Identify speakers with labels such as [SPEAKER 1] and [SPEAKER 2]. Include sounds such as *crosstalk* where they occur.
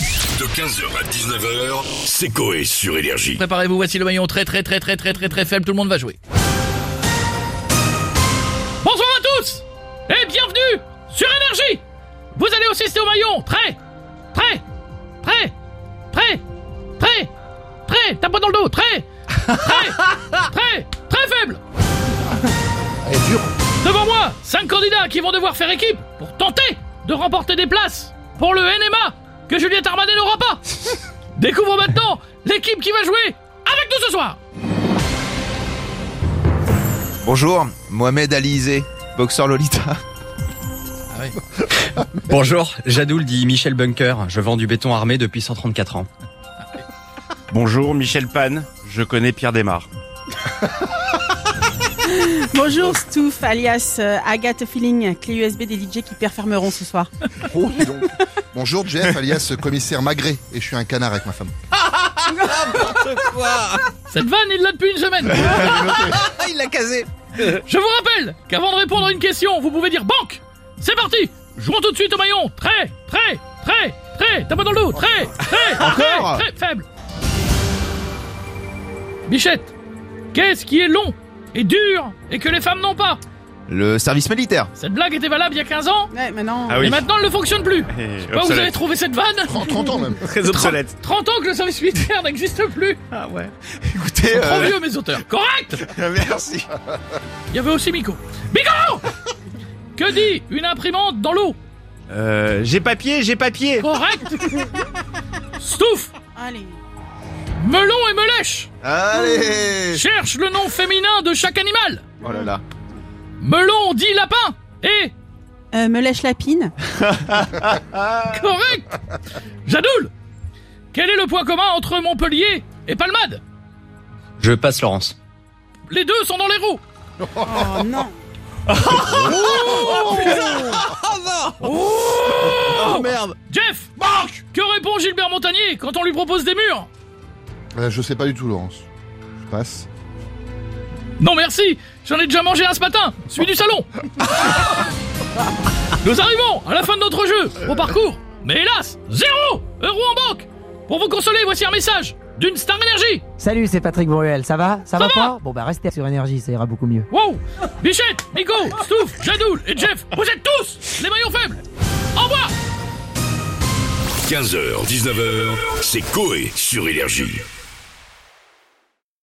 [SPEAKER 1] De 15h à 19h, c'est Coé sur Énergie.
[SPEAKER 2] Préparez-vous, voici le maillon très très très très très très très faible, tout le monde va jouer. Bonjour à tous et bienvenue sur Énergie Vous allez assister au maillon très très très très très très tapot dans le dos très très très très faible Devant moi, 5 candidats qui vont devoir faire équipe pour tenter de remporter des places pour le NMA que Juliette Armanet n'aura pas. Découvre maintenant l'équipe qui va jouer avec nous ce soir.
[SPEAKER 3] Bonjour, Mohamed Alizé, boxeur Lolita.
[SPEAKER 4] Bonjour, Jadoul dit Michel Bunker. Je vends du béton armé depuis 134 ans.
[SPEAKER 5] Bonjour Michel Pan, je connais Pierre Desmar.
[SPEAKER 6] Bonjour Stouff, alias euh, Agathe Feeling, clé USB des DJ qui performeront ce soir.
[SPEAKER 7] *laughs* Oh, dis donc. Bonjour Jeff, alias commissaire Magré, et je suis un canard avec ma femme.
[SPEAKER 2] Cette vanne, il l'a depuis une semaine.
[SPEAKER 3] Ah,
[SPEAKER 4] Il l'a casé.
[SPEAKER 2] Je vous rappelle qu'avant de répondre à une question, vous pouvez dire banque. C'est parti. Jouons tout de suite au maillon. Très, très, très, très. T'as pas dans le dos. Très, très,
[SPEAKER 3] Encore
[SPEAKER 2] très, très faible. Bichette, qu'est-ce qui est long et dur et que les femmes n'ont pas
[SPEAKER 3] Le service militaire.
[SPEAKER 2] Cette blague était valable il y a 15 ans
[SPEAKER 6] Ouais, maintenant.
[SPEAKER 5] Ah oui,
[SPEAKER 2] et maintenant elle ne fonctionne plus.
[SPEAKER 5] Eh,
[SPEAKER 2] Bah, vous
[SPEAKER 5] obsolète.
[SPEAKER 2] avez trouvé cette vanne
[SPEAKER 5] *laughs*
[SPEAKER 7] En 30 ans même.
[SPEAKER 5] très obsolète.
[SPEAKER 2] 30 ans que le service militaire n'existe plus.
[SPEAKER 5] Ah ouais.
[SPEAKER 3] Écoutez,
[SPEAKER 5] Euh,
[SPEAKER 3] euh,
[SPEAKER 2] Trop vieux mes auteurs. Correct
[SPEAKER 3] *laughs* merci.
[SPEAKER 2] Il y avait aussi Miko. Miko Que dit une imprimante dans l'eau
[SPEAKER 5] Euh, j'ai papier, j'ai papier.
[SPEAKER 2] Correct Stouff
[SPEAKER 6] Allez.
[SPEAKER 2] Melon et Melèche
[SPEAKER 3] Allez
[SPEAKER 2] Cherche le nom féminin de chaque animal
[SPEAKER 3] Oh là là.
[SPEAKER 2] Melon dit lapin Et
[SPEAKER 6] Euh, me lèche la pine.
[SPEAKER 2] correct Jadoul Quel est le point commun entre Montpellier et Palmade
[SPEAKER 4] Je passe Laurence.
[SPEAKER 2] Les deux sont dans les roues
[SPEAKER 6] Oh non.
[SPEAKER 2] Oh merde Jeff Que répond Gilbert Montagnier quand on lui propose des murs
[SPEAKER 7] Euh, je sais pas du tout, Laurence. Je passe.
[SPEAKER 2] Non merci, j'en ai déjà mangé un ce matin, celui du salon. Nous arrivons à la fin de notre jeu, au parcours. Mais hélas, zéro euro en banque. Pour vous consoler, voici un message d'une star énergie.
[SPEAKER 8] Salut, c'est Patrick Bruel. Ça va Ça, va,
[SPEAKER 2] va
[SPEAKER 8] pas Bon, bah restez sur énergie, ça ira beaucoup mieux.
[SPEAKER 2] Wow Bichette, Nico, Stouff, Jadoul et Jeff, vous êtes tous les maillons faibles. Au revoir
[SPEAKER 1] 15h, 19h, c'est Coé sur Énergie.